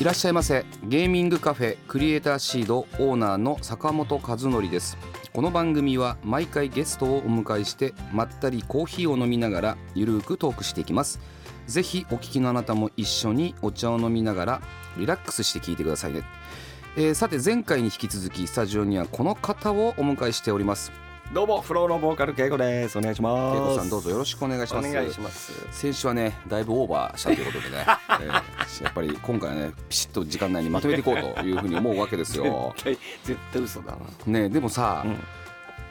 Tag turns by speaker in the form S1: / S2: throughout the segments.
S1: いらっしゃいませゲーミングカフェクリエイターシードオーナーの坂本和則ですこの番組は毎回ゲストをお迎えしてまったりコーヒーを飲みながらゆるーくトークしていきますぜひお聞きのあなたも一緒にお茶を飲みながらリラックスして聞いてくださいね、えーさて前回に引き続きスタジオにはこの方をお迎えしております
S2: どうもフローのボーカルケイコですお願いします
S1: 恵子さんどうぞよろしくお願いします
S2: お願いします
S1: 先週はねだいぶオーバーしたということ でね、えーやっぱり今回はねピシッと時間内にまとめていこうというふうに思うわけです よ
S2: 絶対絶対嘘だな
S1: ねでもさ、
S2: うん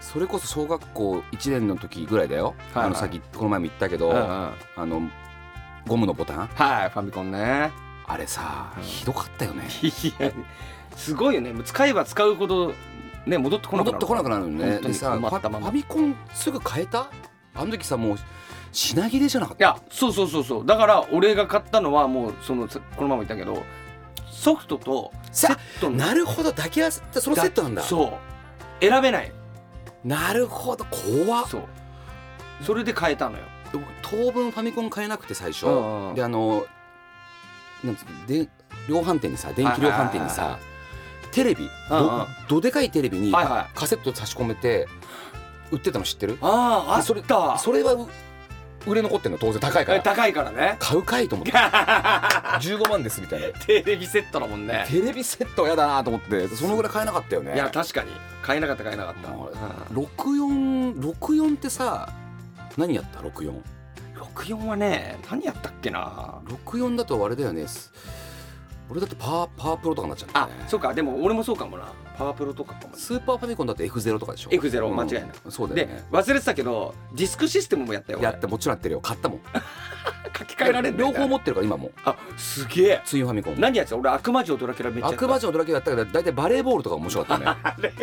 S1: それこそ小学校1年の時ぐらいだよ、
S2: はいはい
S1: あのさっきこの前も言ったけど、
S2: うんうん
S1: あのゴムのボタン
S2: はいファミコンね
S1: あれさ、
S2: うん
S1: ひどかったよね
S2: いやすごいよねもう使えば使うほどね戻ってこなく
S1: 戻
S2: なる
S1: ってこなくなるよね
S2: 本当
S1: で
S2: に
S1: さフ
S2: 困った
S1: ァ
S2: ま
S1: フ
S2: ま
S1: ァ
S2: い
S1: ミコンすぐ変えたあの時さもう品切れじゃなかった
S2: やそうそうそうそうだから俺が買ったのはもうそのさこのまま言ったけどソフトとセ
S1: さ
S2: ットの
S1: なるほど抱き合わせってそのセットなんだ
S2: そう選べない
S1: なるほど怖っ
S2: そうそれで変えたのよ
S1: 当分ファミコン買えなくて最初、
S2: うんうん
S1: であのなんつうので量販店にさ電気量販店に
S2: はいは
S1: さテレビど,、
S2: うんうん
S1: でかいテレビに
S2: はいは
S1: カセット差し込めて売ってたの知ってる
S2: あああ
S1: で
S2: っ
S1: それ
S2: た
S1: それはう売れ残ってんの当然高いか
S2: え
S1: ら
S2: 高いからね
S1: 買うかいと 思って15万ですみたいな
S2: テレビセットだもんね
S1: テレビセットはやだなと思ってそのぐらい買えなかったよね
S2: いや確かに買えなかった買えなかった、
S1: もう
S2: う
S1: 6464ってさ何やった6464
S2: ん64はね何やったっけな
S1: だとあれだよねす俺だってパワーパワープロとかになっちゃった
S2: あ
S1: ね
S2: そうかでも俺もそうかもなパワープロとかかも
S1: スーパーファミコンだって F0 とかでしょ
S2: F0
S1: うん
S2: 間違いない
S1: そうだ
S2: で
S1: よね
S2: 忘れてたけどディスクシステムもやったよ俺
S1: やってもちろんやってるよ買ったもん
S2: 書き換えられる
S1: 両方
S2: も
S1: 持ってるから今も
S2: あすげえ
S1: ツインファミコン
S2: 何やってた俺悪魔城ドラキュラめっちゃやった
S1: 悪魔城ドラキュラやったけど大体バレーボールとか面白かったね
S2: あれ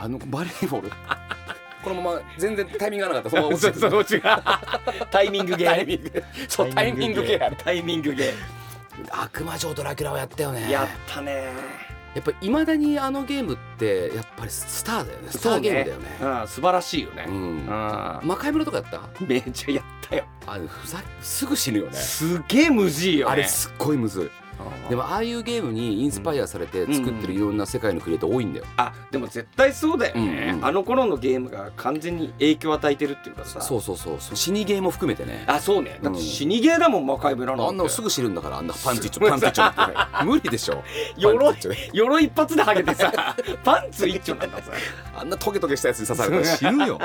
S1: あのバレーボールこのまま全然タイミングがなかったそのまま落ち
S2: そう
S1: て
S2: そ
S1: る
S2: う違うタイミングゲー
S1: タイミングそうタイミング系やね
S2: タイミングゲ
S1: 悪魔城ドラキュラはやったよ
S2: ー
S1: ね
S2: やっ
S1: や
S2: たね
S1: っぱいまだにあのゲームってやっぱりスターだよねスタ
S2: そ
S1: ー
S2: う
S1: ゲームだよ
S2: う
S1: ね
S2: ん素晴らしいよね
S1: う
S2: うんん
S1: 魔界村とかやった
S2: めっちゃやったよ
S1: あれふざすぐ死ぬよね
S2: すげえ無事いよね
S1: あれすっごいむずいでもああいうゲームにインスパイアされて作ってるいろんな世界のクリエイター多いんだよ、
S2: あでも絶対そうだよね、
S1: うんうん
S2: あの頃のゲームが完全に影響を与えてるっていうかさ
S1: そううそうそうそう死にゲーも含めてね
S2: あそうねだって
S1: うん
S2: 死にゲーだもん魔界村なんて
S1: あんなのす ぐ知るんだからあんなパンチ一丁パンチ一丁だって 無理でしょパン
S2: 鎧
S1: チ一丁
S2: 鎧一発でハゲてさ パンツ一丁なんださ
S1: あんなトゲトゲしたやつに刺されたら死ぬよ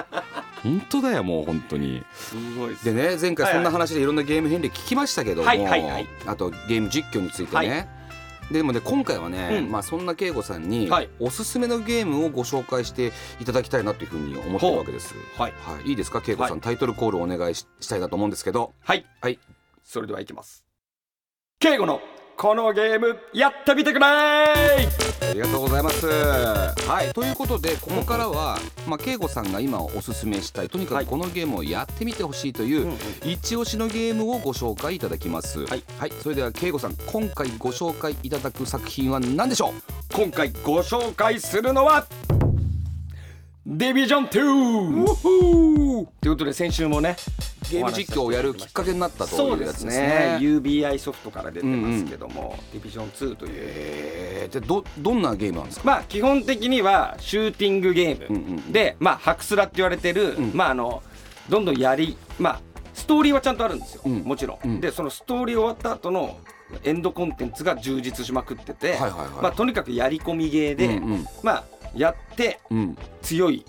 S1: 本当だよもう本当に
S2: すごいっす
S1: でね前回そんな話でいろんなゲーム遍歴聞きましたけども、
S2: はいはいはい
S1: あとゲーム実況についてね、
S2: はい
S1: でもね今回はね、
S2: うん
S1: まあ、そんな慶吾さんに
S2: はい
S1: おすすめのゲームをご紹介していただきたいなというふうに思ってるわけです、
S2: はい
S1: はい、いいですか慶吾さん、
S2: はい
S1: タイトルコールお願いししたいなと思うんですけど
S2: はい、
S1: はい、
S2: それではいきます敬語のこのゲームやってみてくれー
S1: ありがとうございます。はい、ということでここからは、まあ、慶吾さんが今おすすめしたいとにか
S2: は
S1: く
S2: い
S1: このゲームをやってみてほしいという、
S2: うんうん
S1: 一押しのゲームをご紹介いただきます。
S2: はい、
S1: それでは慶吾さん今回ご紹介いただく作品は何でしょ
S2: 今回ご紹介するのはデビジョン2
S1: うほ
S2: ということで先週もね
S1: ゲーム実況をやるきっかけになった
S2: そ
S1: と
S2: う
S1: いう
S2: で
S1: や
S2: す
S1: つです
S2: ね
S1: ね。
S2: UBI ソフトから出てますけども、ディビジョン2という
S1: えー、でどどんなゲームなんですか
S2: まあ基本的にはシューティングゲーム、
S1: うんうん
S2: でまあハクスラって言われてる、
S1: ん
S2: まああのどんどんやりまあストーリーはちゃんとあるんですよ、
S1: うん
S2: もちろん、
S1: うん
S2: でそのストーリー終わった後のエンドコンテンツが充実しまくってて、
S1: はいはいはい
S2: まあ、とにかくやり込みゲーで、
S1: うんうん
S2: まあやって
S1: うん
S2: 強い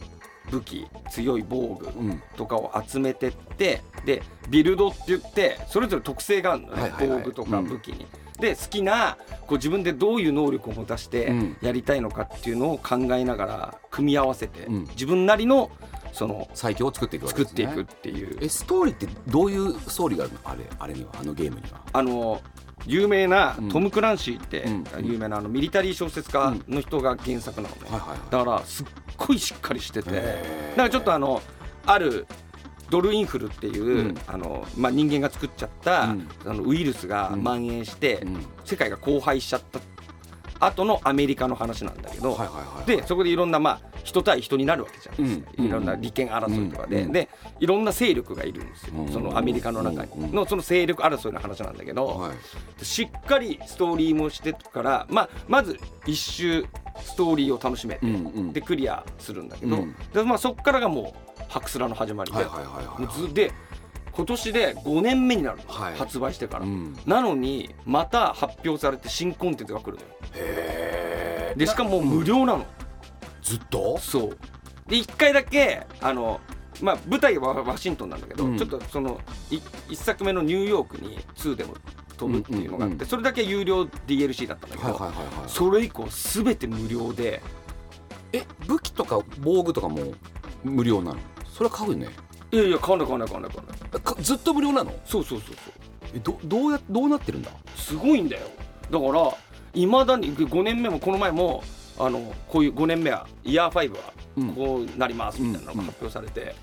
S2: 武器強い防具
S1: うん
S2: とかを集めてってでビルドって言ってそれぞれ特性があるのね、
S1: はいはいはい
S2: 道具とか
S1: うん
S2: 武器に。で好きなこう自分でどういう能力を持たして
S1: うん
S2: やりたいのかっていうのを考えながら組み合わせて、
S1: うん
S2: 自分なりのその
S1: 最強を作っていくわ
S2: 作
S1: けです、
S2: って
S1: ね、
S2: いくっていう、
S1: えストーリーってどういうストーリーがあるのあれあれにはあのゲームには
S2: あの有名な
S1: うん
S2: トム・クランシーって、
S1: うん
S2: 有名なあのミリタリー小説家の人が原作なのね、
S1: はいはいはい
S2: だからすっごいしっかりしてて、
S1: へー
S2: なんかちょっとあのあるドルインフルっていう、
S1: うん
S2: あのまあ、人間が作っちゃった、
S1: うん
S2: あのウイルスが
S1: うん
S2: 蔓延して、
S1: うんはい
S2: 世界が荒廃しちゃった後のアメリカの話なんだけど、
S1: はいはい
S2: でそこでいろんな、まあ、人対人になるわけじゃないですか、
S1: うん
S2: いろんな利権争いとかで、
S1: うん
S2: でいろんな勢力がいるんですよ、
S1: うん
S2: そのアメリカの中
S1: う
S2: に
S1: ん
S2: のその勢力争いの話なんだけど、
S1: はい
S2: しっかりストーリーもしてから、まあ、まず一周ストーリーを楽しめて、
S1: うんうん
S2: でクリアするんだけど、
S1: うん
S2: でまあ、そこからがもう「ハクスラ」の始まりで,、
S1: はいはいはいはい
S2: もうずで今年で5年目になるの、
S1: はい
S2: 発売してから、
S1: うん
S2: なのにまた発表されて新コンテンツが来るのよ
S1: へえ
S2: でしかも無料なの、
S1: ずっと
S2: そうで1回だけあのまあ舞台はワシントンなんだけど、
S1: うん
S2: ちょっとその1作目のニューヨークに2でも飛ぶっていうのがあって、
S1: うんうんうん
S2: それだけ有料 DLC だったんだけど、
S1: はいはいはいはい
S2: それ以降全て無料で
S1: え武器とか防具とかも無料なのそれは買うよね
S2: いやいや買わない買わない買わない買わない
S1: かずっと無料なの
S2: そうそうそうそう
S1: えどどうやどうなってるんだ
S2: すごいんだよだからいまだに5年目もこの前もあのこういう5年目はイヤー5は
S1: うん
S2: こうなりますみたいなのが発表されて、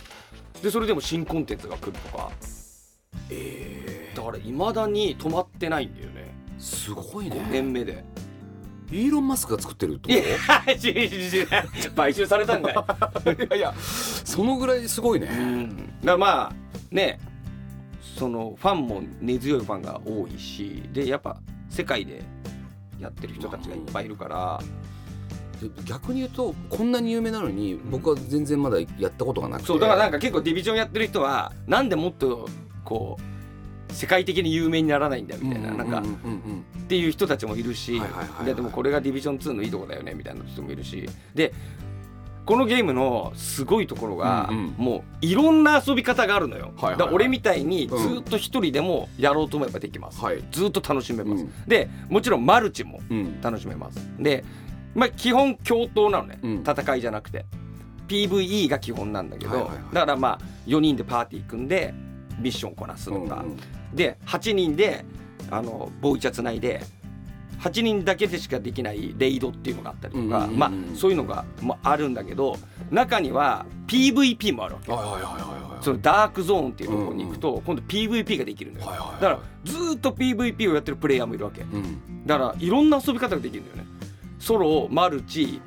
S2: でそれでも新コンテンツが来るとか
S1: え
S2: だからいまだに止まってないんだよね
S1: ー、すごい
S2: 5
S1: ね
S2: 年目で。
S1: イーロン・マスクが作ってるって
S2: い
S1: こ
S2: や、 違う違う違う買収されたんだよ。
S1: といやいやそのぐらいすごいね
S2: うん、だからまあねそのファンも根強いファンが多いしでやっぱ世界でやってる人たちがいっぱいいるから、
S1: で逆に言うとこんなに有名なのに
S2: ん
S1: 僕は全然まだやったことがなくて
S2: そうだからなんか結構ディビジョンやってる人はなんでもっとこう世界的に有名にならないんだみたいな,、なん
S1: う
S2: か
S1: んうんうん
S2: っていう人たちもいる
S1: は
S2: し、
S1: いはいはいはい
S2: ででもこれがディビジョン2のいいとこだよねみたいな人もいるしでこのゲームのすごいところが、
S1: うんうん
S2: もういろんな遊び方があるのよ、
S1: はいはいはい
S2: だから俺みたいにずっと一人でもやろうと思えばできます、
S1: はい
S2: ずっと楽しめます、
S1: うん
S2: でもちろんマルチも
S1: うん
S2: 楽しめますで、まあ、基本共闘なのね、
S1: うん
S2: 戦いじゃなくて PVE が基本なんだけど、
S1: はいはいはい
S2: だからまあ4人でパーティー組んでミッションこなす
S1: う
S2: と
S1: ん
S2: か、
S1: うん
S2: で8人であのボーイチャつないで8人だけでしかできないレイドっていうのがあったりとか、
S1: うんうんうん
S2: まあ、そういうのが、まあ、あるんだけど中には PVP もあるわけ
S1: はいはいはいはいはい
S2: そのダークゾーンっていうところに行くと、今度 PVP ができるのよ
S1: はいはいは
S2: だ
S1: い
S2: からずーっと PVP をやってるプレイヤーもいるわけ
S1: うん
S2: だからいろんな遊び方ができるんだよねソロマルチ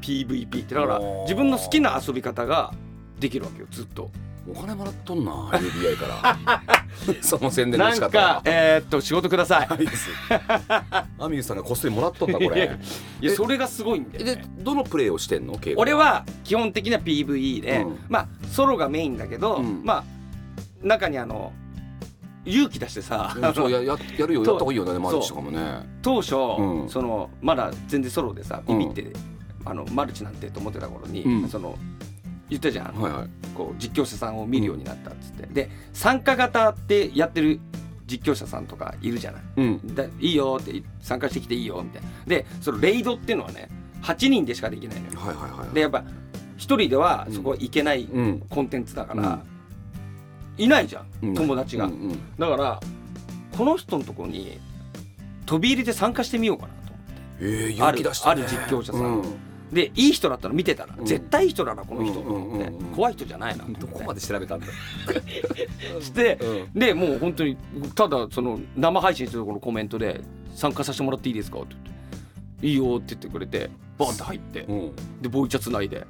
S2: PVEPVP ってだから
S1: おー
S2: 自分の好きな遊び方ができるわけよずっと
S1: お金もらっとんな UBI から その宣伝の
S2: な
S1: 仕
S2: ん
S1: 方
S2: かえーっと仕事ください
S1: ないです。 アミューさんがこっそりもらっとったこ
S2: いや
S1: れ。
S2: いやそれがすごいんだよ、ね
S1: で、どのプレイをしてんの？敬語
S2: 俺。は基本的な PVE で、
S1: うん
S2: まあソロがメインだけど、
S1: うん
S2: まあ中にあの勇気出してさ、
S1: うんそうやややるよ
S2: そ
S1: や
S2: う
S1: った方がいいよねマルチとかもね。
S2: 当初、
S1: うん
S2: そのまだ全然ソロでさ
S1: う
S2: ビ
S1: ん
S2: ビって、あのマルチなんてと思ってた頃に、
S1: うん
S2: その言ったじゃん、
S1: はいはい。
S2: こう実況者さんを見るようになったっつって、で参加型ってやってる実況者さんとかいるじゃない
S1: うん。
S2: だいいよって参加してきていいよみたいなでそのレイドっていうのはね8人でしかできないのよ
S1: はいはいはい。
S2: でやっぱ一人ではそこはいけない
S1: うん。
S2: コンテンツだから、いないじゃ
S1: うん
S2: ん友達が、
S1: うんうん
S2: だからこの人のとこに飛び入りで参加してみようかなと思って
S1: えー勇気出したね。
S2: ある実況者さん
S1: う
S2: でいい人だったの見てたら、
S1: うん
S2: 絶対いい人だなこの人と
S1: うん
S2: 思って、
S1: うんうんうん
S2: 怖い人じゃないなと思って
S1: どこまで調べたんだ。
S2: して
S1: うん。
S2: でもう本当にただその生配信してるところのコメントで「参加させてもらっていいですか?」って言って「いいよ」って言ってくれてバンって入って
S1: うん。
S2: でボイチャつないで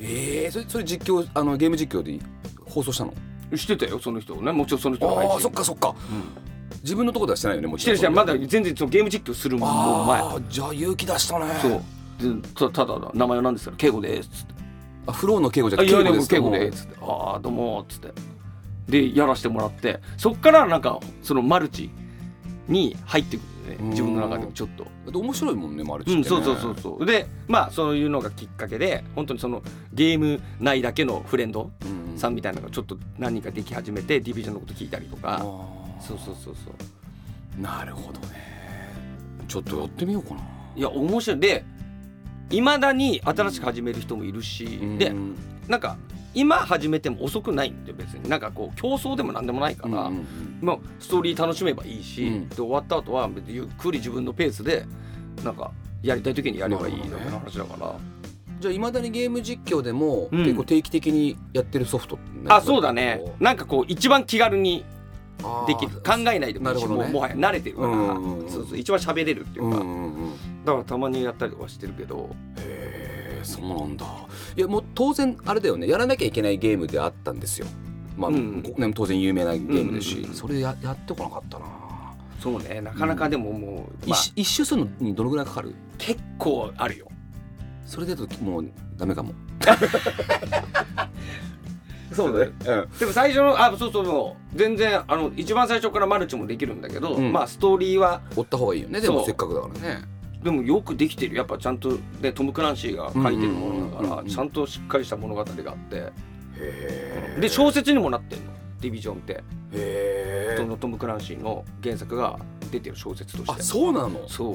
S1: ええ、それそれ実況あのゲーム実況で放送したの？
S2: してたよその人をねもちろんその人の配
S1: ああ
S2: 信
S1: ーそっかそっか。自分のとこではしてないよねも
S2: し
S1: ち
S2: て
S1: ろ
S2: る
S1: ん。
S2: してるまだ全然そのゲーム実況するもん前
S1: ああじゃあ勇気出したね。
S2: そう。でたただ名前は何ですか敬語ですっつって
S1: あフローの敬語じゃ
S2: あ「いやいや
S1: で
S2: もう
S1: す
S2: 敬語で」っつって「ああどうも」っつってでやらせてもらってそっからなんかそのマルチに入ってくるよね自分の中でもちょっと。
S1: だって面白いもんねマルチって
S2: うん、
S1: ね。
S2: そうそうそうそうでまあそういうのがきっかけで本当にそのゲーム内だけのフレンド
S1: うんうん。
S2: さんみたいなのがちょっと何人かでき始めてディビジョンのこと聞いたりと
S1: あ
S2: か
S1: ー
S2: そうそうそうそう
S1: なるほどねちょっとやってみようかない
S2: や面白いでいまだに新しく始める人もいるし、
S1: うん
S2: でなんか今始めても遅くないんで別になんかこう競争でもなんでもないから、
S1: うんうん
S2: まあ、ストーリー楽しめばいいし、
S1: うん
S2: で終わった後は別にゆっくり自分のペースでなんかやりたい時にやればいいだけの話だから、
S1: じゃあいまだにゲーム実況でも
S2: うん
S1: 結構定期的にやってるソフトってね
S2: あそうだねなんかこう一番気軽に
S1: あー
S2: できる考えないでもいい
S1: なる
S2: し、
S1: ほ
S2: も
S1: ど
S2: う
S1: ね
S2: もはや慣れてるから、
S1: うんうんうん
S2: そうそう一番喋れるっていううんか、
S1: うんうん
S2: だからたまにやったりとかしてるけど
S1: へえそうなんだいやもう当然あれだよねやらなきゃいけないゲームであったんですよまあ、
S2: うんうん
S1: こね当然有名なゲームですし、
S2: うんうんうん
S1: それややってこなかったな、
S2: そうねなかなかでももう、まあ
S1: 一、一周するのにどのぐらいかかる
S2: 結構あるよ
S1: それだともうダメかも
S2: そうねでも最初のあそうそうそう全然あの一番最初からマルチもできるんだけど、
S1: うん
S2: まあストーリーは
S1: 追った方がいいよねで
S2: そう
S1: もせっかくだからね
S2: でもよくできてるやっぱちゃんとでトム・クランシーが書いてるものだ
S1: うんうんうん
S2: か
S1: う
S2: ら
S1: ん
S2: ちゃんとしっかりした物語があって
S1: へ
S2: で小説にもなってんの「ディビジョン」って
S1: へ
S2: そ
S1: え
S2: のトム・クランシーの原作が出てる小説として
S1: あそうなの
S2: そう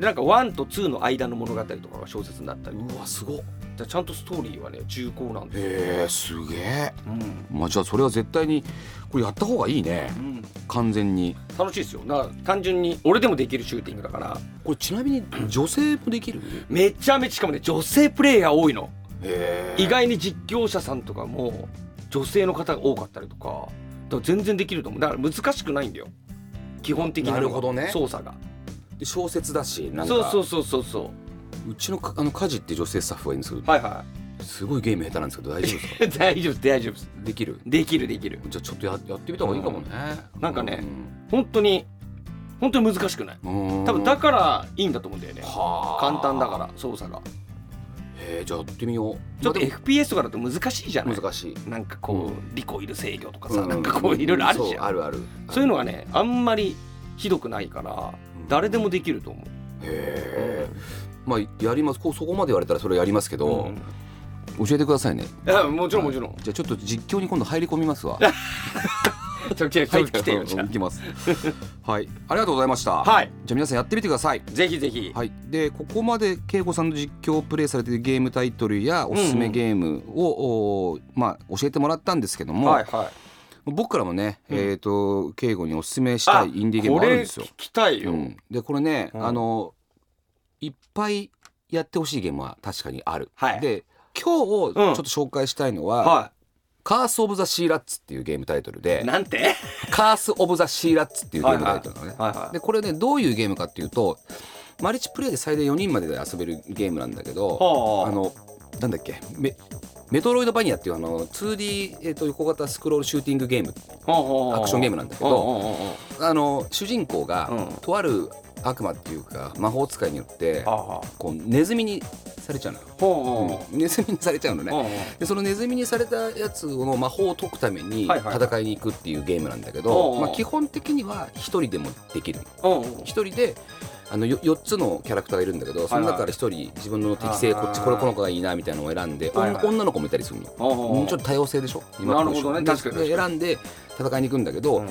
S2: でなんか1と2の間の物語とかが小説になったり
S1: うわすごっへ
S2: だからちゃんとストーリーはね重厚なんで
S1: えすげえ
S2: うん、
S1: まあじゃあそれは絶対にこれやった方がいいね
S2: うん、
S1: 完全に
S2: 楽しいですよだから単純に俺でもできるシューティングだから
S1: これちなみに女性もできる
S2: めちゃめちゃしかもね女性プレイヤー多いの
S1: へ
S2: 意外に実況者さんとかも女性の方が多かったりとかだから全然できると思うだから難しくないんだよ基本的な
S1: なるほどね
S2: 操作が
S1: 小説だしなんか
S2: そうそうそうそうそう
S1: ちのかあの家事って女性スタッフがいるんですけ
S2: うはいは
S1: どすごいゲーム下手なんですけど大丈夫 ですか
S2: い大丈夫です大丈夫です
S1: できる
S2: できるできる
S1: じゃあちょっとややってみた方がいいかもね、
S2: なんかね本当に本当に難しくない
S1: うん、
S2: 多分だからいいんだと思うんだよね
S1: はあ
S2: 簡単だから操作が
S1: へえじゃあやってみよう
S2: ちょっと
S1: まあ
S2: FPS とかだと難しいじゃ
S1: で
S2: な
S1: も
S2: い
S1: 難しい
S2: なんかこ
S1: う
S2: うリコイル制御とかさ
S1: う
S2: なんかこういろいろあるじ
S1: そう
S2: ゃん
S1: あるある
S2: そういうのがねあんまりひどくないから誰でもできると思う
S1: へえまあやりますこうそこまで言われたらそれやりますけど、教えてくださいね
S2: いやもちろんもちろん
S1: じゃあちょっと実況に今度入り込みますわ
S2: ちょちょちょ来てよじゃ
S1: 行きますはいありがとうございました、
S2: あはい
S1: じゃあ皆さんやってみてください
S2: ぜひぜひ
S1: はい、でここまで恵子さんの実況をプレイされているゲームタイトルやおすすめゲームを、おーまあ、教えてもらったんですけども、
S2: はいはい
S1: 僕からもね、
S2: うん
S1: えー、と恵子におすすめしたいインディーゲームあるんですよ
S2: これ。聞きたいうよ
S1: ん、でこれね、
S2: うん
S1: あのいっぱいやってほしいゲームは確かにある。
S2: はい
S1: で今日ちょっと紹介したいのは「
S2: は
S1: カース・オブ・ザ・シーラッツ」っていうゲームタイトル
S2: い
S1: で
S2: なんて
S1: 「カース・オブ・ザ・シーラッツ」っていうゲームタイトルなのね。
S2: はいはい
S1: でこれねどういうゲームかっていうとマルチプレイで最大4人までで遊べるゲームなんだけど
S2: は
S1: あのなんだっけメメトロイドバニアっていうあの 2D、えー、と横型スクロールシューティングゲームアクションゲームなんだけど
S2: ど
S1: あの主人公が、
S2: うん
S1: とある悪魔っていうか魔法使いによって
S2: は
S1: こうネズミにされちゃうのよ、
S2: あは
S1: うんネズミにされちゃうの
S2: あ
S1: ね
S2: は
S1: でそのネズミにされたやつの魔法を解くために
S2: はいはい
S1: 戦いに行くっていうゲームなんだけ
S2: おうお
S1: ど、
S2: う
S1: まあ、基本的には1人でもできる
S2: あうんうん
S1: 一人であのよ4つのキャラクターがいるんだけどその中から一人自分の適性
S2: あー
S1: こっちこれこの子がいいなみたいなのを選んで、
S2: はいはい
S1: 女女の子もいたりするの、
S2: うんうん
S1: ちょっと多様性でしょ今
S2: なるほどね
S1: で
S2: 確かに確かに
S1: で選んで戦いに行くんだけど、
S2: うん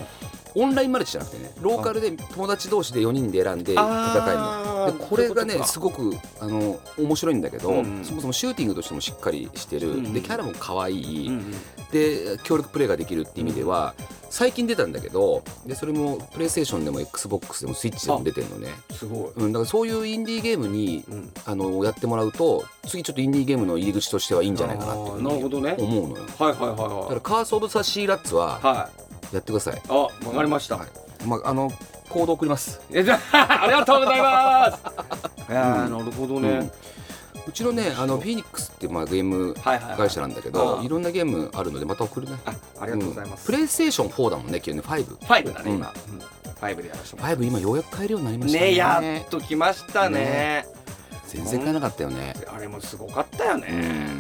S1: オンラインマルチじゃなくてねローカルで友達同士で4人で選んで戦
S2: あ
S1: い
S2: ー
S1: のでこれがね
S2: そういう
S1: す
S2: こ
S1: ごくあの面白いんだけど、
S2: うんうん
S1: そもそもシューティングとしてもしっかりしてる、
S2: うんうん
S1: でキャラも可愛い、
S2: とかうんうん
S1: で協力プレイができるって意味では最近出たんだけどでそれもプレイステーションでも XBOX でもスイッチでも出てるのね
S2: すごい
S1: うん、だからそういうインディーゲームに
S2: うん
S1: あのやってもらうと次ちょっとインディーゲームの入り口としてはいいんじゃないかなっていう
S2: あ
S1: ふ
S2: ー
S1: う
S2: なるほ
S1: に
S2: どね
S1: 思うのよ。
S2: はいはいはい
S1: だ
S2: は
S1: から
S2: い
S1: カース・オブ・ザ・シーラッツは
S2: はい
S1: やってください。
S2: あわかりました
S1: まああのコード送ります。
S2: えじゃあ ありがとうございますいやー
S1: うん
S2: なるほど
S1: うん
S2: ね
S1: うちのねあのフィニックスってまあゲーム
S2: はいはいは
S1: 会
S2: い
S1: 社なんだけ
S2: あ
S1: ど
S2: あ
S1: いろんなゲームあるのでまた送るね。
S2: あありがとうございます
S1: プレイステーション4だもんね、今日ね5。
S2: ファイブだね、
S1: うん
S2: 今。うんファイブでやらせてもらっ
S1: 5今ようやく買えるようになりま
S2: ま
S1: し
S2: したた
S1: ね。
S2: ね。やっと来ましたね。
S1: 全然買えなかったよね。
S2: あれもすごかったよね。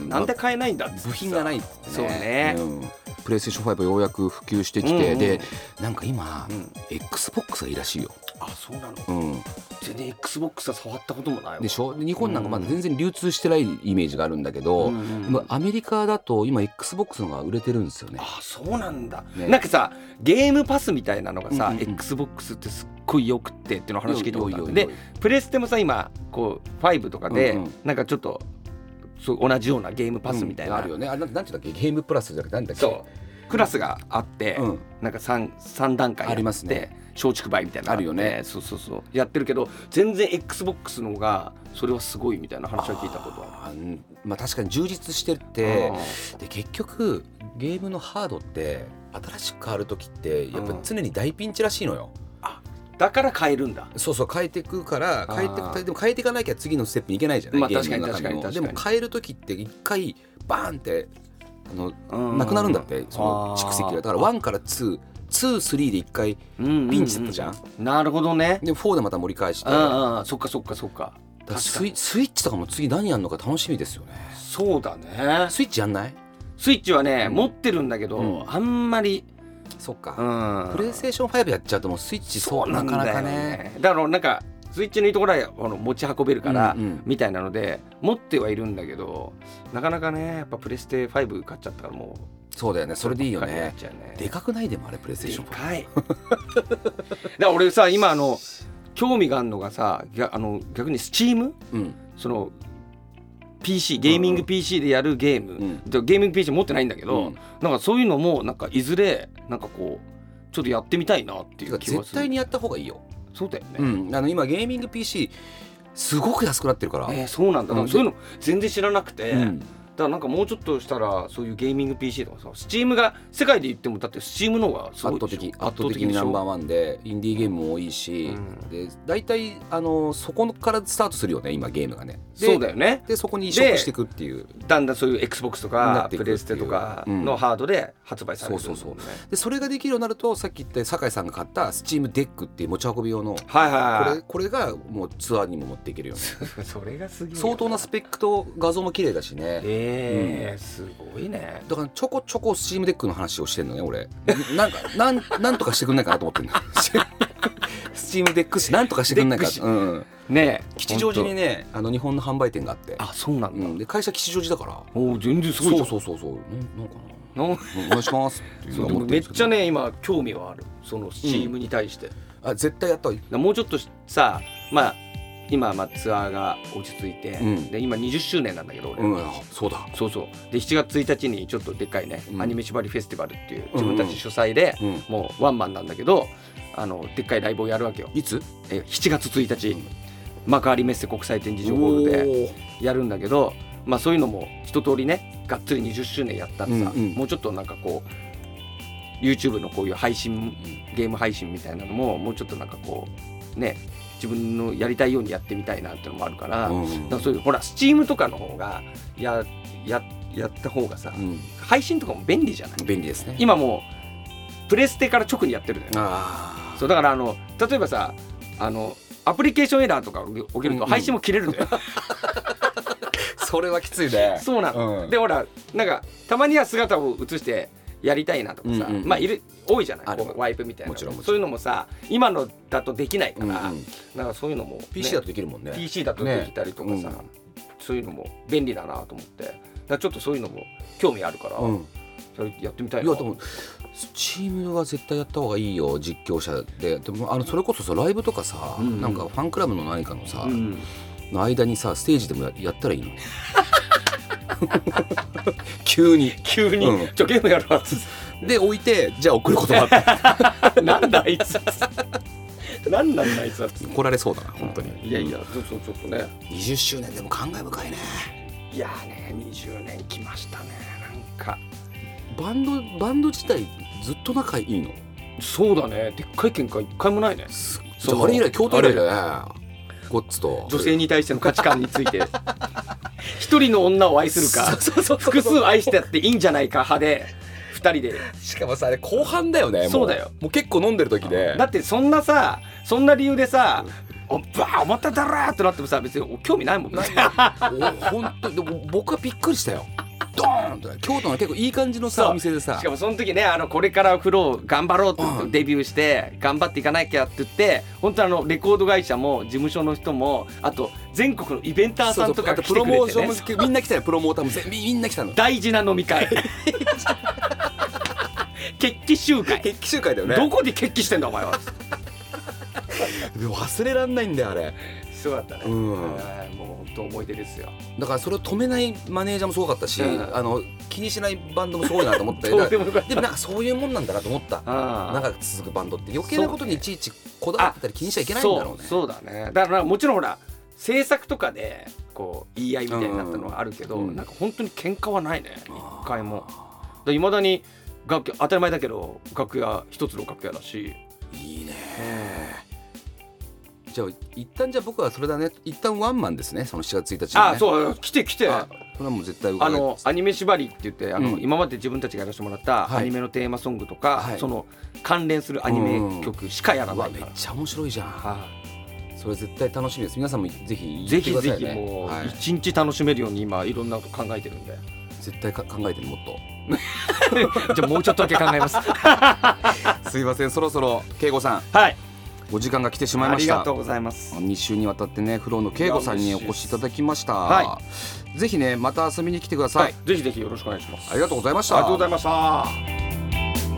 S1: うん
S2: なんで買えないんだっつってさ
S1: 部品がないってね。
S2: そうね
S1: ん。プレイステーション5ようやく普及してき
S2: うん
S1: て、
S2: うん
S1: でなんか今、
S2: うん
S1: XBOX がいいらしいよ、
S2: あ、そうなの。
S1: うん、
S2: 全然 Xbox は触ったこともないわ
S1: でしょで日本なんかまだ全然流通してないイメージがあるんだけど、
S2: うんうん
S1: まあアメリカだと今 XBOX の方が売れてるんですよね
S2: あ、そうなんだ。
S1: ね
S2: なんかさ、ゲームパスみたいなのがさ、
S1: うんうんうん
S2: Xbox ってすっごいよくってっていうのを話聞いたことあ
S1: よ
S2: っ
S1: よ
S2: て。
S1: よ
S2: で、プレステもさ今こう5とか
S1: う
S2: で、
S1: んうん
S2: なんかちょっとそう同じようなゲームパスみたいな、
S1: うんあるよねあななんていうんだっけゲームプラスじゃなくてなんだっけ
S2: そうクラスがあって、
S1: うん
S2: なんか 3, 三段階
S1: ありますね
S2: で松竹梅みたいな
S1: あ
S2: のがって
S1: るよね
S2: そうそうそうやってるけど全然 XBOX の方がそれはすごいみたいな話は聞いたことあ
S1: あうんまあ確かに充実して
S2: る
S1: て
S2: うん
S1: で結局ゲームのハードって新しく変わる時ってやっぱ
S2: うん
S1: 常に大ピンチらしいのよ、
S2: だから変えるんだ
S1: そうそう変えていくから変えて
S2: あ
S1: く
S2: ー
S1: でも変えていかなきゃ次のステップにいけないじゃない、
S2: まあ
S1: ゲームの
S2: 確かに
S1: 中
S2: 確か
S1: で
S2: に
S1: もでも
S2: 確
S1: 変える時って一回バーンってあの
S2: うん
S1: なくなるんだってその蓄積がだから1から223で一回ピ
S2: ピ
S1: ンチだったじゃん,、
S2: なるほどね
S1: で4でまた盛り返して
S2: う
S1: だか
S2: んうんそっかそっかそっから確か
S1: ス
S2: に
S1: イスイッチとかも次何やるのか楽しみですよね
S2: そうだね
S1: スイッチやんない
S2: スイッチはね、
S1: うん
S2: 持ってるんだけど、
S1: うん
S2: あんまり、
S1: そっ
S2: う
S1: か、
S2: ん、
S1: プレイステーション5やっちゃうともうスイッチ
S2: そうなんだよ
S1: なかなかね
S2: ねだからなんかスイッチのいいところはあの持ち運べるから、
S1: うんうん
S2: みたいなので持ってはいるんだけどなかなかねやっぱプレステ5買っちゃったからもう
S1: そうだよねそれでいいよ
S2: ばっ
S1: ね
S2: かりになっちゃうね
S1: でかくないでもあれプレイステーション
S2: でかいだから俺さ今あの興味があるのがさぎゃあの逆にスチーム
S1: うん
S2: その PC ゲーミン
S1: う
S2: グ
S1: ん
S2: PC でやるゲーム、
S1: うん
S2: でゲーミング PC 持ってないんだけ
S1: う
S2: ど、
S1: ん
S2: なんかそういうのもなんかいずれなんかこうちょっとやってみたいなって
S1: て
S2: い
S1: いうか
S2: う気がする
S1: 絶対にやった方がいいよ
S2: そうだよね、
S1: うん、あの今ゲーミング PC すごく安くなってるから、
S2: えーそうなんだ、
S1: うん
S2: そういうの全然知らなくて、
S1: うん
S2: だからなんかもうちょっとしたらそういうゲーミング PC とかさスチームが世界で言ってもだってスチームの方がすご
S1: 圧倒
S2: いでしょ
S1: 的圧倒的にナンバー
S2: ー
S1: ワンでインディーゲームも多いし、
S2: うん
S1: で大体あのそこからスタートするよね今ゲームがねで
S2: そうだよね
S1: でそこに移植していくっていう
S2: だんだんそういう XBOX と
S1: なっ
S2: か
S1: ていくっ
S2: プ
S1: ていう
S2: レステとか
S1: うん
S2: のハードで発売される
S1: そうそう
S2: ね
S1: でそれができるようになるとさっき言った酒井さんが買ったスチームデックっていう持ち運び用のこ
S2: はいはいは
S1: れこれがもうツアーにも持っていけるよね
S2: い それがすげえよ
S1: 相当なスペックと画像も綺麗だしね
S2: ええすごいね
S1: だからちょこちょこスチームデックの話をしてんのね俺なんかなんなんとかしてくんないかなと思ってんだ スチームデックしなんとかしてくんないか
S2: デック誌
S1: うん、
S2: ねえ
S1: 吉祥寺にねあの日本の販売店があって
S2: ほんとあそうなん
S1: う
S2: だ、
S1: ん、で会社吉祥寺だから
S2: おお全然すご
S1: そ
S2: いじゃ
S1: うんそうそうそうなんなんか
S2: な
S1: なお
S2: ん
S1: 願いしますっていう
S2: そ
S1: のは
S2: うで
S1: 思
S2: も
S1: って
S2: め
S1: るんで
S2: っ
S1: すけ
S2: ち
S1: ど
S2: ゃね今興味はあるそのスチームに対して、
S1: あ絶対やった方がいい
S2: だからもうちょっとさまあ今まあツアーが落ち着いて、
S1: うん
S2: で今20周年なんだけど俺、
S1: うんあそうだ
S2: そうそうで7月1日にちょっとでっかいね、
S1: うん
S2: アニメ縛りフェスティバルっていう
S1: うん
S2: 自
S1: うん
S2: 分たち主催で、
S1: うん
S2: もうワンマンなんだけどあのでっかいライブをやるわけよ
S1: いつ
S2: え7月1日、
S1: うん
S2: 幕張メッセ国際展示場ホールで
S1: おー
S2: やるんだけど、まあ、そういうのも一通りねがっつり20周年やったらさ、
S1: うんうん
S2: もうちょっとなんかこう YouTube のこういう配信ゲーム配信みたいなのももうちょっとなんかこうね自分のやりたいようにやってみたいなってのもあるから,、
S1: うん
S2: だからそういうほら Steam とかの方がやややった方がさ
S1: うん
S2: 配信とかも便利じゃない
S1: 便利ですね
S2: 今もうプレステから直にやってるのよ
S1: あ
S2: そうだからあの例えばさあのアプリケーションエラーとか起きる
S1: うんう
S2: と
S1: ん
S2: 配信も切れるのよ、
S1: あそれ はきついね
S2: そうなの、
S1: うん
S2: でほらなんかたまには姿を映してやりたいなとかさ、
S1: うんうん
S2: まあいる多いじゃな
S1: あ
S2: い
S1: る
S2: こうワイプみたいな
S1: もちろんもち
S2: そういうのもさ今のだとできないか
S1: うんう
S2: ら、
S1: ん
S2: なんかそういうのもね、
S1: PC だとできるもんね
S2: PC だとできたりとかさ、
S1: ね
S2: そういうのも便利だなと思ってだからちょっとそういうのも興味あるから、
S1: うん
S2: それやってみたい
S1: い
S2: な
S1: やでもスチームは絶対やった方がいいよ実況者ででもあのそれこそさライブとかさ、
S2: うんうん
S1: なんかファンクラブの何かのさ、
S2: うん
S1: の間にさステージでもややったら いいの急に
S2: 急に、
S1: うん
S2: ちょゲームやるわっ つっ
S1: で置いてじゃあ送る言葉 って
S2: てなんだあいつ なんなんだあいつはっつって
S1: 怒られそうだな本当に
S2: いやいやそうそうちょっとね
S1: 20周年でも感慨深いね
S2: いやーね20年来ましたねなんか
S1: バンドバンド自体ずっと仲いいの
S2: そうだねでっかい喧嘩一回もないねそう
S1: あれ以来京都以来だねゴッツと
S2: 女性に対しての価値観について 一人の女を愛するか
S1: そうそうそう
S2: 複数愛してやっていいんじゃないか派で二人で
S1: しかもさあれ後半だよねも
S2: そうだよ
S1: もう結構飲んでる時で
S2: だってそんなさそんな理由でさ「おばあおまただら!」ってなってもさ別に興味ないもんね
S1: お本当にでも僕はびっくりしたよドーンとね京都の結構いい感じの
S2: そ
S1: さ
S2: う
S1: お店でさ
S2: しかもその時ねあのこれから風呂頑張ろうって
S1: うん
S2: デビューして頑張っていかなきゃって言って本当あのレコード会社も事務所の人もあと全国のイベンターさんと
S1: そうそう
S2: か
S1: あと
S2: が来
S1: プ
S2: て
S1: ロ
S2: くれ
S1: モーショ
S2: て、
S1: ン
S2: ね
S1: も、好きみんな来たよプロモーターも全部みんな来たの
S2: 大事な飲み会決起集会
S1: 決起集会だよね
S2: どこで決起してんだお前は
S1: 忘れらんないんだよあれ
S2: すごかったね、
S1: うん
S2: はいもう本当思い出ですよ
S1: だからそれを止めないマネージャーもすごかったし、
S2: うん
S1: あの気にしないバンドもすごいなと思って
S2: どうでもよかっ
S1: でもなんかそういうもんなんだなと思った
S2: たああ
S1: 長く続くバンドって余計なことにいちいちこだわってたり気にしちゃいけないんだろうね
S2: そうそうだねだからもちろんほら制作とかでこう言い合いみたいになったのはあるけど、
S1: うんうん
S2: なんか本当に喧嘩はないね
S1: あー
S2: 一回もいまだに楽屋当たり前だけど楽屋一つの楽屋だし
S1: いいねじゃあ一旦じゃあ僕はそれだね一旦ワンマンですねその7月1日のね
S2: あそう来て来て
S1: あ
S2: あ
S1: それはもう絶対伺い
S2: のアニメ縛りって言ってあの、
S1: うん
S2: 今まで自分たちがやらせてもらった
S1: はい
S2: アニメのテーマソングとか、
S1: はい
S2: その関連するアニメ曲しかやら
S1: う
S2: な
S1: わ
S2: い
S1: め
S2: か
S1: っ
S2: ら、
S1: ちゃ面白いじゃん
S2: は
S1: それ絶対楽しみです皆さんもぜひ言
S2: いぜ
S1: って
S2: ひ
S1: ください
S2: ぜ
S1: ね
S2: ひもう
S1: はい
S2: 一日楽しめるように今いろんなこと考えてるん で
S1: 絶対か考えてるもっと
S2: じゃあもうちょっとだけ考えます
S1: すいませんそろそろ慶吾さん
S2: はい
S1: お時間が来てしまいまし
S2: あり
S1: た
S2: がとうございます。
S1: 2週にわたってねフローの慶吾さんにお越しいただきました、
S2: は
S1: ぜひねまた遊びに来てください、
S2: はい、ぜひぜひよろしくお願いします。
S1: ありがとうございました
S2: ありがとうございました。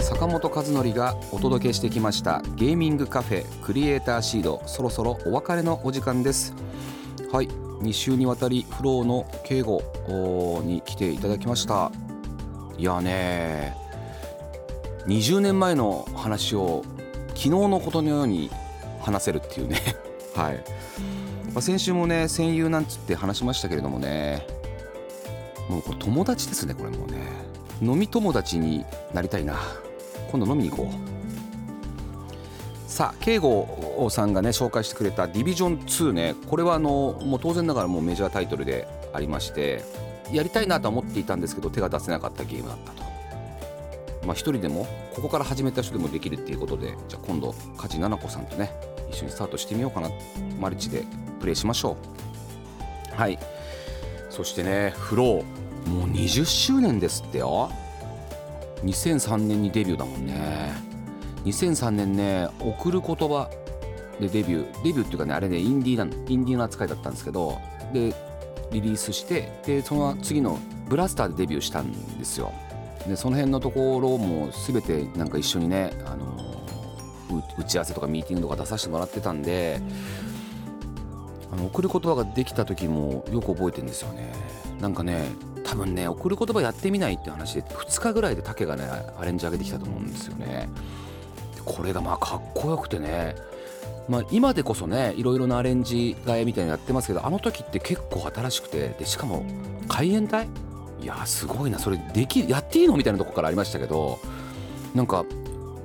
S1: 坂本和則がお届けしてきましたゲーミングカフェクリエイターシードそろそろお別れのお時間ですはい2週にわたりフローの敬吾おーに来ていただきましたいやね20年前の話を昨日のことのように話せるっていうねはい、まあ、先週もね戦友なんつって話しましたけれどもねもうこれ友達ですねこれもうね飲み友達になりたいな今度飲みに行こうさあ慶吾さんがね紹介してくれた「ディビジョン2ねこれはあのもう当然ながらもうメジャータイトルでありましてやりたいなとは思っていたんですけど手が出せなかったゲームだったと。まあ、一人でもここから始めた人でもできるっていうことでじゃあ今度梶菜々子さんとね一緒にスタートしてみようかなマルチでプレイしましょうはいそしてねフローもう20周年ですってよ2003年にデビューだもんね2003年ね「贈る言葉」でデビューデビューっていうかねあれねインディーなのインディーの扱いだったんですけどでリリースしてでその次の「ブラスター」でデビューしたんですよでその辺のところも全てなんか一緒にね、あのう打ち合わせとかミーティングとか出させてもらってたんであの送る言葉ができた時もよく覚えてるんですよねなんかね多分ね送る言葉やってみないって話で2日ぐらいで竹がねアレンジ上げてきたと思うんですよねでこれがまあかっこよくてねまあ、今でこそねいろいろなアレンジ替えみたいなのやってますけどあの時って結構新しくてでしかも海援隊いやすごいなそれできやっていいのみたいなとこからありましたけどなんか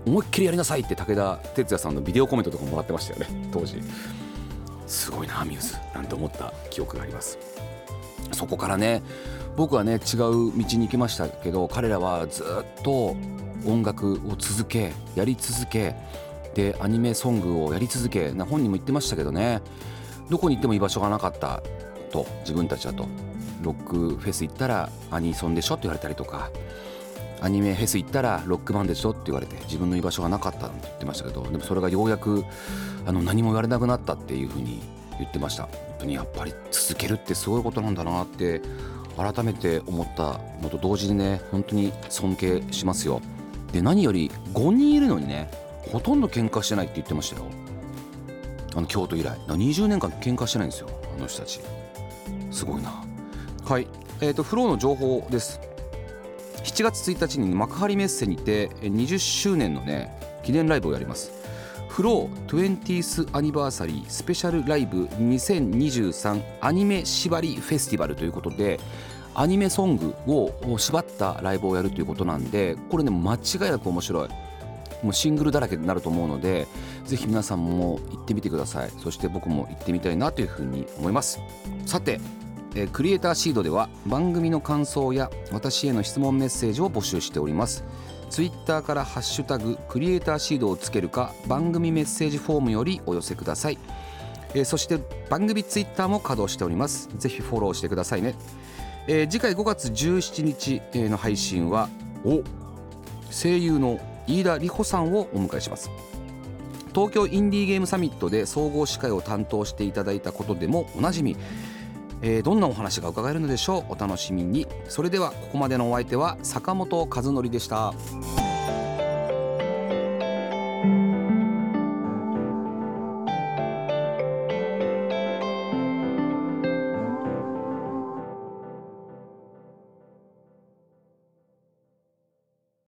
S1: 思いっきりやりなさいって武田鉄矢さんのビデオコメントとかもらってましたよね当時すごいなアミューズなんて思った記憶がありますそこからね僕はね違う道に行きましたけど彼らはずっと音楽を続けやり続けでアニメソングをやり続けな本人も言ってましたけどねどこに行っても居場所がなかったと自分たちはとロックフェス行ったらアニソンでしょって言われたりとかアニメフェス行ったらロックバンドでしょって言われて自分の居場所がなかったって言ってましたけどでもそれがようやくあの何も言われなくなったっていうふうに言ってました本当にやっぱり続けるってすごいことなんだなって改めて思ったのと同時にね本当に尊敬しますよで何より5人いるのにねほとんど喧嘩してないって言ってましたよあの京都以来だから20年間喧嘩してないんですよあの人たちすごいなはいえー、とフローの情報です7月1日に幕張メッセにてえー20周年のね記念ライブをやりますフロー 20th アニバーサリースペシャルライブ2023アニメ縛りフェスティバルということでアニメソングを縛ったライブをやるということなんでこれね間違いなく面白いもうシングルだらけになると思うのでぜひ皆さんも行ってみてくださいそして僕も行ってみたいなというふうに思いますさてえークリエイターシードでは番組の感想や私への質問メッセージを募集しておりますツイッターから「ハッシュタグクリエイターシード」をつけるか番組メッセージフォームよりお寄せください、えーそして番組ツイッターも稼働しておりますぜひフォローしてくださいね、えー次回5月17日えーの配信はお声優の飯田里穂さんをお迎えします東京インディーゲームサミットで総合司会を担当していただいたことでもおなじみ、えーどんなお話が伺えるのでしょうお楽しみにそれではここまでのお相手は坂本和則でした。